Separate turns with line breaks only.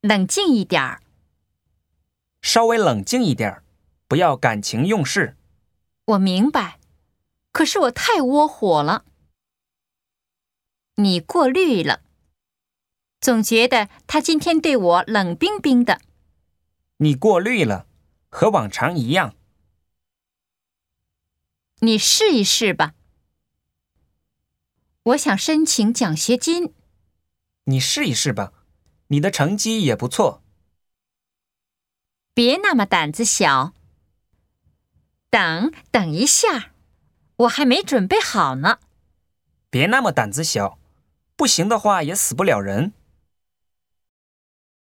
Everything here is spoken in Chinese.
冷静一点儿，
稍微冷静一点儿，不要感情用事。
我明白，可是我太窝火了。你过滤了，总觉得他今天对我冷冰冰的。
你过滤了，和往常一样。
你试一试吧。我想申请奖学金，
你试一试吧，你的成绩也不错。
别那么胆子小。等等一下，我还没准备好呢。
别那么胆子小，不行的话也死不了人。